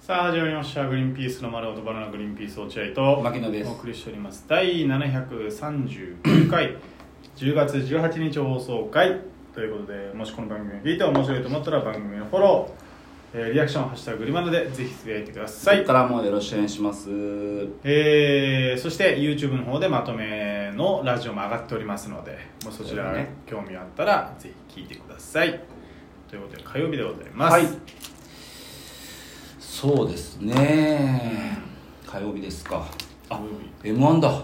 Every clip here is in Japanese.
さあ始まりました「グリーンピースの丸尾とバナナグリーンピース落合」と牧野ですお送りしております第739回10月18日放送回ということでもしこの番組を聞いて面白いと思ったら番組のフォロー、えーリアクション「ハッシュタググリマナ」でぜひつぶやいてくださそいっからもうよろしくお願いしますえーそして YouTube の方でまとめのラジオも上がっておりますのでもうそちらそうだね興味あったらぜひ聞いてくださいということで火曜日でございます、はいそうですね火曜日ですか火曜日 m 1だ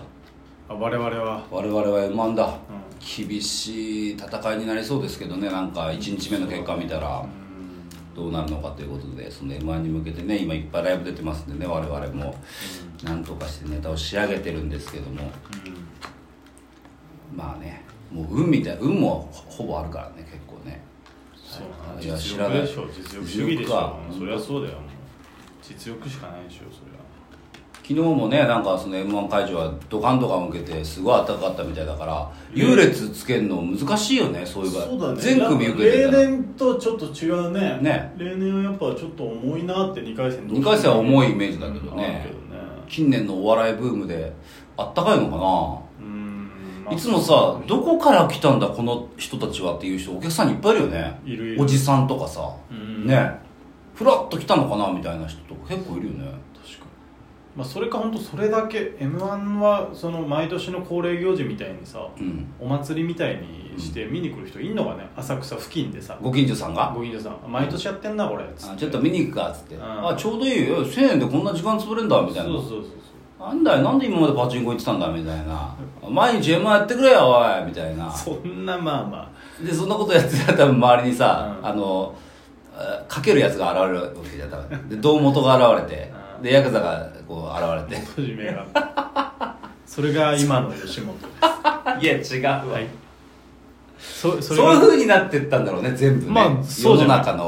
あ我々は、我々は m 1だうん厳しい戦いになりそうですけどねなんか1日目の結果見たらうんどうなるのかということでその m 1に向けてね今いっぱいライブ出てますんでね我々もなんとかしてネタを仕上げてるんですけどもうまあねもう運みたい運もほぼあるからね結構ねそうはいいや実知らな力いでしょ実力主義でし実力かょそりゃそうだよもう実力しかないでしょそり昨日もねなんかその m 1会場はドカンドカン受けてすごい暖かかったみたいだから優劣つけるの難しいよねそういう場合そうだね全組受けて例たら年とちょっと違うねね例年はやっぱちょっと重いなって2回戦2回戦は重いいイメージだけどねけどね近年のお笑いブームであったかいのかゃうんまなあいつもさどこから来たんだこの人たちはっていう人お客さんにいっぱいいるよねいるいるおじさんとかさうんねふらっと来たのかなみたいな人とか結構いるよね確かにまあそれか本当それだけ m 1はその毎年の恒例行事みたいにさうんお祭りみたいにして見に来る人いんのかね浅草付近でさご近所さんがご近所さんあ毎年やってんなこれっつあちょっと見に行くかっつって、うんあちょうどいいよ1000円でこんな時間潰れんだみたいなそうそうそうそうなんだよなんで今までパチンコ行ってたんだみたいな毎日 M やってくれよおいみたいなそんなまあまでそんなことやってたら多分周りにさ、うんあのあかけるやつが現れるわけじゃん多分で堂本が現れてうんでヤクザがこう現れあて元締めが それが今の吉本いや違 うはいそそれういがうふうになってったんだろうね全部ね、まあそう世じゃのない中の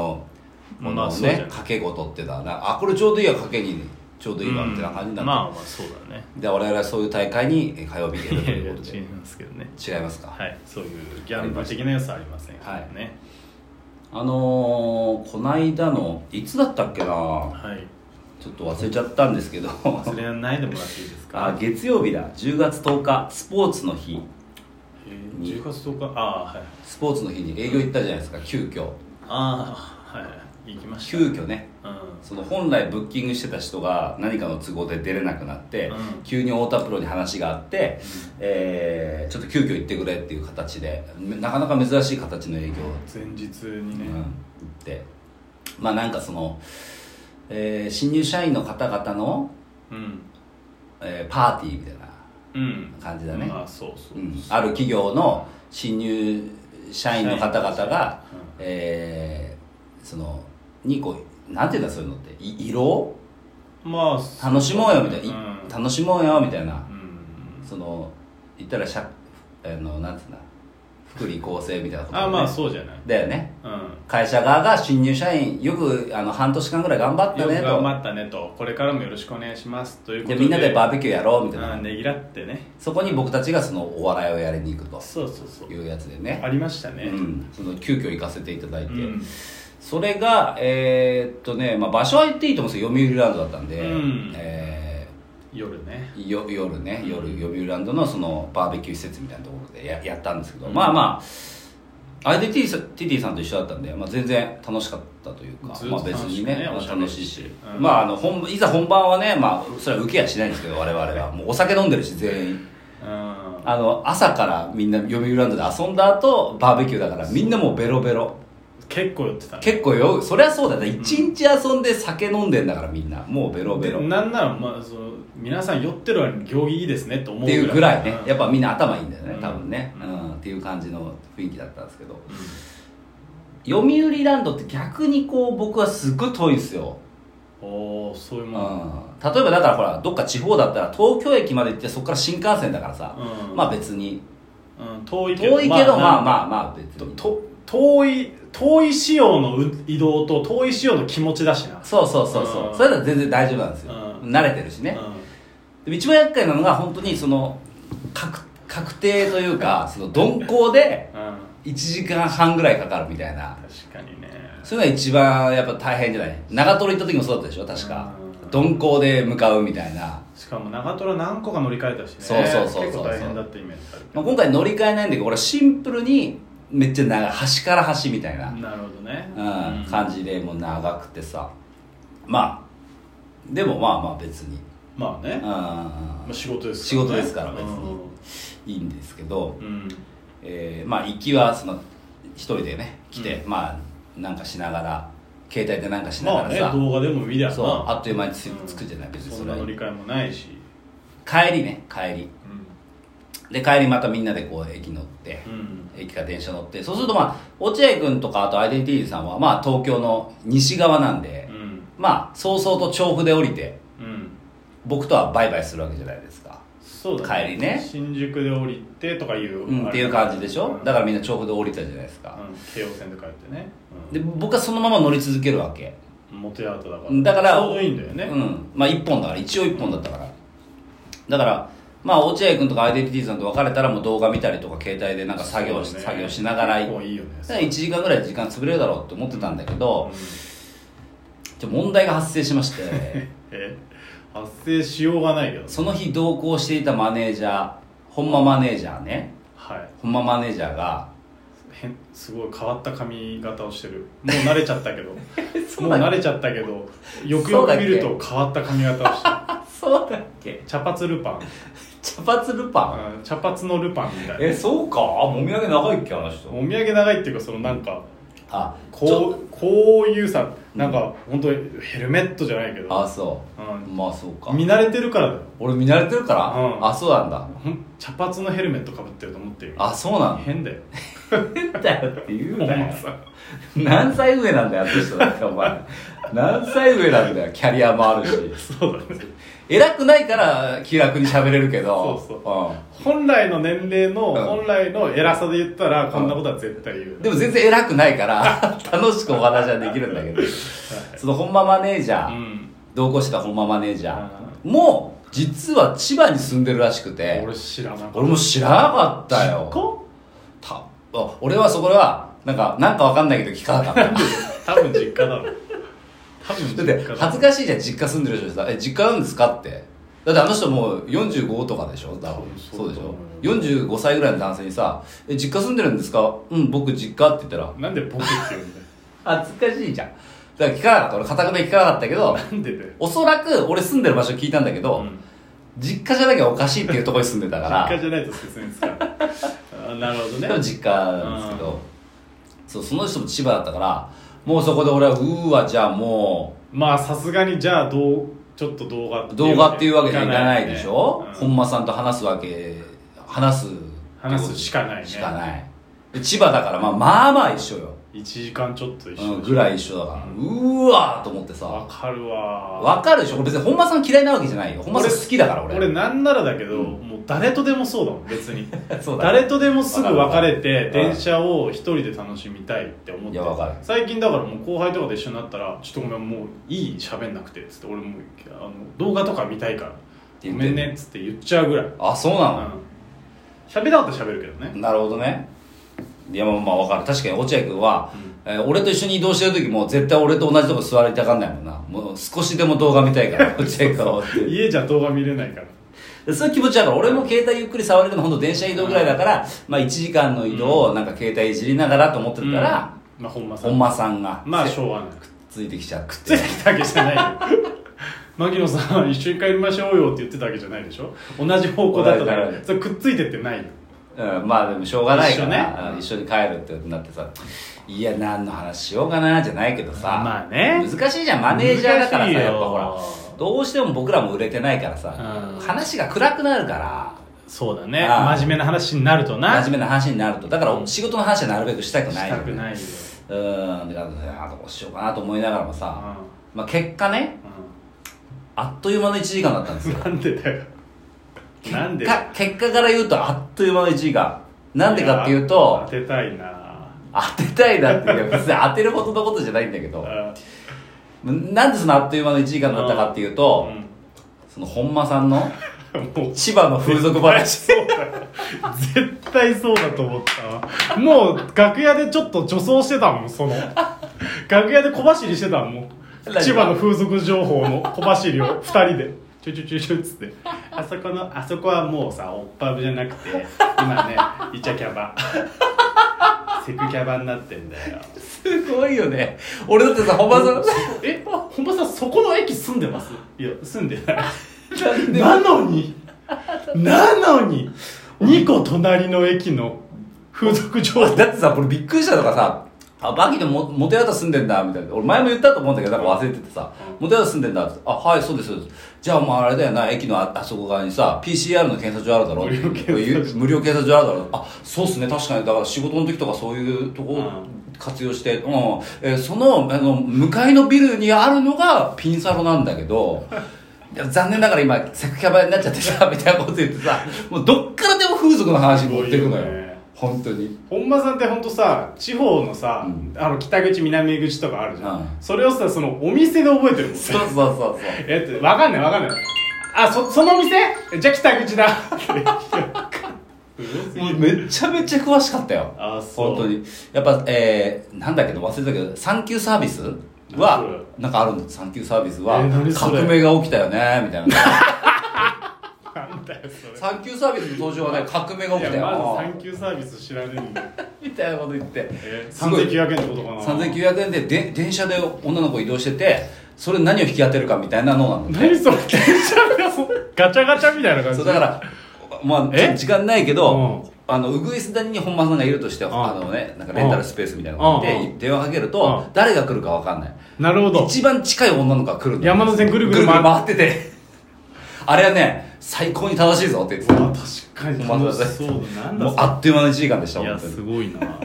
もまのあをそうじゃなねい賭け事ってだなあこれちょうどいいや賭けにちょうどいいわみたいな感じになって、うんまあまあそうだねで我々はそういう大会にえ火曜日出るといいやい うことでや違いますけどね違いますかはいそういうギャンブル的な要素はありませんけどねあのー、こないだのいつだったっけなはいちょっと忘れちゃったんですけど忘れないでもらっていいですあか月曜日だ10月10日スポーツの日えー10月10日ああーはいスポーツの日に営業行ったじゃないですか急遽ああはい行きました急遽ねうんその本来ブッキングしてた人が何かの都合で出れなくなって、うん急に太田プロに話があって、えーちょっと急遽行ってくれっていう形でなかなか珍しい形の営業前日にうん、行ねってまあなんかその、えー新入社員の方々の、うんえーパーティーみたいなうん感じだね、まあそうそううんある企業の新入社員の方々が、えーそのにこうなんていうんだそういうのってい色をまあ楽しもうよみたいうんな、い楽しもうよみたいなう、んその言ったらしゃあのなんていうんだ福利厚生みたいなことだあよねまあそうじゃないだよねうん会社側が新入社員よくあの半年間ぐらい頑張ったよくね頑と張ったねとこれからもよろしくお願いしますということででみんなでバーベキューやろうみたいあな、ーねぎらってねそこに僕たちがそのお笑いをやりに行くとそうそうそういうやつでねありましたねうん、その急遽行かせていただいて、うんそれがえーっとね、まあ、場所は行っていいと思うんですよ読売ランドだったんで、うんえ夜ねーよ夜ね夜うん読売ランドのそのバーベキュー施設みたいなところでややったんですけど、うんまあまあ IDT さティティさんと一緒だったんで、まあ、全然楽しかったというか、ずっとまあ、別にね楽しくねおしゃべ楽りしいし、うんまああの本いざ本番はね、まあ、それは受けやしないんですけど我々はもうお酒飲んでるし全員うんあの朝からみんな読売ランドで遊んだ後バーベキューだからみんなもうベロベロ結構寄ってたね結構酔うそりゃそうだね一日遊んで酒飲んでんだからみんなもうベロベでロっなんならまあその皆さん寄ってる割に行儀いいですねと思うていうぐらいねやっぱみんな頭いいんだよねうん多分ねううんんっていう感じの雰囲気だったんですけど読売ランドって逆にこう僕はすっごい遠いんですようんおおそういううんもん例えばだからほらどっか地方だったら東京駅まで行ってそこから新幹線だからさうんまあ別にうん遠いけど遠いけどまああまあまあ別とにと遠い遠い仕様のう移動と遠い仕様の気持ちだしなそうそうそうそううんそれだと全然大丈夫なんですようん慣れてるしねでも一番厄介なのが本当にその確確定というかその鈍行でうん、うん、 1時間半ぐらいかかるみたいな確かにねそういうのが一番やっぱ大変じゃない長瀞行った時もそうだったでしょ確か鈍行で向かうみたいな、しかも長瀞何個か乗り換えたしねそうそうそうそう結構大変だってイメージあるけまあ、ど今回乗り換えないんだけど俺はシンプルにめっちゃ長い端から端みたいな、なるほどねうん、うん感じでもう長くてさまあでもまあまあ別に、まあねう、んまあ、仕事です仕事ですから別にうんいいんですけど、うんえーまあ行きはその一人でね来て、まあなんかしながら携帯でなんかしながまあらねさ、動画でも見りゃそうなあっという間につうん着くじゃない別にそそんれなは乗り換えもないし帰りね帰りで帰りまたみんなでこう駅乗って、うんうん駅から電車乗ってそうするとまあ落合君とかあとアイデンティティさんはまあ東京の西側なんで、うんまあ早々と調布で降りてうん僕とはバイバイするわけじゃないですか、そうだ帰りね新宿で降りてとかいううん、っていう感じでしょだからみんな調布で降りたじゃないですか、うん京王線で帰ってねうんで僕はそのまま乗り続けるわけ元八幡だからだからちょうどいいんだよねうんまあ1本だから一応1本だったから、だからまあ落合君とかアイデンティティさんと別れたらもう動画見たりとか携帯でなんか作業し,、そうね作業しながら結だか構いいよねら1時間ぐらい時間潰れるだろうって思ってたんだけど、うんちょ問題が発生しまして え発生しようがないけどその日同行していたマネージャー本間マネージャーねはい本間マネージャーが変すごい変わった髪型をしてるもう慣れちゃった けど もうだっけ慣れちゃったけどよくそうよだっくけ見ると変わった髪型を してるあそうだっけ茶髪ルパン茶髪ルパあ茶髪のルパンみたいなそうかもみあげ長いっけあの人お土産長いっていうかそのなんかあちょこうこういうさなんか本当にヘルメットじゃないけど、あそううんまあそうか見慣れてるからだよ俺見慣れてるから、うんあそうなんだほん茶髪のヘルメットかぶってると思ってるあそうなん変だよだだよって言うおな前よさ 何歳上なんだよあの人だってお前何歳上なんだよキャリアもあるし そうだ ね偉くないから気楽に喋れるけどそうそ本来の年齢の、うん本来の偉さで言ったらこんなことは絶対言う、でも全然偉くないから 楽しくお話はできるんだけどその本間マネージャうー、ん同行してた本間マネージャあーも実は千葉に住んでるらしくて俺知らなかった俺も知らなかったよたあ俺はそこはなんかなんかわかんないけど聞かなかった多分実家だろ多分実家だってだ恥ずかしいじゃん実家住んでる人でさ「え実家なんですか?」ってだってあの人もう45とかでしょ多分多分そうそうでしょだ45歳ぐらいの男性にさ「え実家住んでるんですかうん僕実家」って言ったらなんで僕って言うんだよ恥ずかしいじゃんだから聞かなかった俺片言聞かなかったけどなんでだよ、おそらく俺住んでる場所聞いたんだけうど、ん、実家じゃなきゃおかしいっていうところに住んでたか実家らじゃないと説明つか ないあなるほどねでも実家なんですけど、そうその人も千葉だったからもうそこで俺はうーわじゃあもまあさすがにじゃあどうちょっと動画う動画っていうわけにはいかないねでしょ、うん本間さんと話すわけ話すってこと話すしかないねしかないで千葉だからまあまあまあ一緒よ、 1時間ちょっと一緒うんぐらいい一緒だから、ううーわーと思ってさわかるわわかるでしょ俺別に本間さん嫌いなわけじゃないよ本間さん好きだから俺俺なんならだけど、うんもう誰とでもそうだもん別に そうだね誰とでもすぐ別れてわかるわ電車を一人で楽しみたいって思っいてやわかる最近だからもう後輩とかで一緒になったら「ちょっとごめんもういい喋んなくて」っつって俺もうあの動画とか見たいから「言ごってんのめんね」っつって言っちゃうぐらい、うん、あそうなの、喋りたかったら喋るけどねなるほどねいやまあまあわかる確かに落合君は、えー俺と一緒に移動してる時も絶対俺と同じとこ座りたがんないもんなもう少しでも動画見たいから落合君はって家じゃ動画見れないからそういう気持ちだから俺も携帯ゆっくり触れるの本当電車移動ぐらいだから、まあ1時間の移動をなんか携帯いじりながらと思ってたら、、うんまあ本間さん本間さんがまあせしょうがないついてきちゃくつていてきたわけじゃない よ牧野さん一緒に帰りましょうよって言ってたわけじゃないでしょ同じ方向だっただ同じけだそれくっついてってないようん、まあでもしょうがないか一緒らねうん一緒に帰るってなってさいや何の話しようかなじゃないけどさ、まあね難しいじゃんマネージャーだから難さしいよやっぱほらどうしても僕らも売れてないからさ、うん話が暗くなるからそうだねああ真面目な話になるとな真面目な話になるとだかうらん仕事の話はなるべくしたくないしたくないようんだからあどうしようかなと思いながらもさ、うまあ、結果ねあっという間の1時間だったんですよんなんでだよなんでか結果から言うとあっという間の1時間なんでかっていうとや当てたいな当てたいなっていう別に当てるほどのことじゃないんだけどあなんでそのあっという間の1時間だったかっていうと、うんその本間さんのもう千葉の風俗話そうだよ絶対そうだと思ったわもう楽屋でちょっと女装してたもんそ の楽屋で小走りしてたもん何が千葉の風俗情報の小走りを2人でチュチュチュチュっつってあそこのあそこはもうさオッパブじゃなくて今ねイチャキャバセクキャバになってんだよ すごいよね俺だってさ本 場さえ本場さんそこの駅住んでますいや住んでないんでなのになのに2個隣の駅の風俗情報だってさこれびっくりしたのがさあバギーでもモテヤタ住んでんだみたいな俺前も言ったと思うんだけどなんか忘れててさモテヤタ住んでんだってあはいそうですそうですじゃあお前あれだよな駅のああそこ側にさ PCR の検査所あるだろ無料検査所所無料検査所あるだろあそうっすね確かにだから仕事の時とかそういうとこうをん活用して、うんえーそのあの向かいのビルにあるのがピンサロなんだけど いや残念ながら今セクキャバになっちゃってさみたいなこと言ってさもうどっからでも風俗の話に持ってくすごのよいよね本当に 本間さんって本当さ地方のさ、うんあの北口南口とかあるじゃん、うんそれをさそのお店で覚えてるもんねそうそうそうそうえっと分かんない分かんないあそそのお店じゃあ北口だ もうめちゃめちゃ詳しかったよあそう本当にやっぱえー、なんだけど忘れたけど産休サービスは何そなんかあるんです産休サービスはえー何それ革命が起きたよねみたいななんだよそ産休サービスの登場はね革命が起れきいたよやまず産休サービス知らねえんだよ、みたいなこと言ってえー、すごい3900円ってことかな3900円でで電車で女の子移動しててそれ何を引き当てるかみたいなのなんだ何それ 電車がそガチャガチャみたいな感じそうだから、まあ、え時間ないけど、うんあの、うぐいす谷に本間さんがいるとして、んあのね、なんかレンタルスペースみたいなのがあっうんうてん、電話かけるうとん、誰が来るかわかんない。なるほど一番近い女の子が来るんだよ山手線ぐるぐるぐる回ぐる回ってて、あれはね、最高に正しいぞって言ってうた。わ確かに楽しそうだなんだもうあっという間の1時間でした、いや本当に す。ごいなはい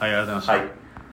ありがとうございました、はい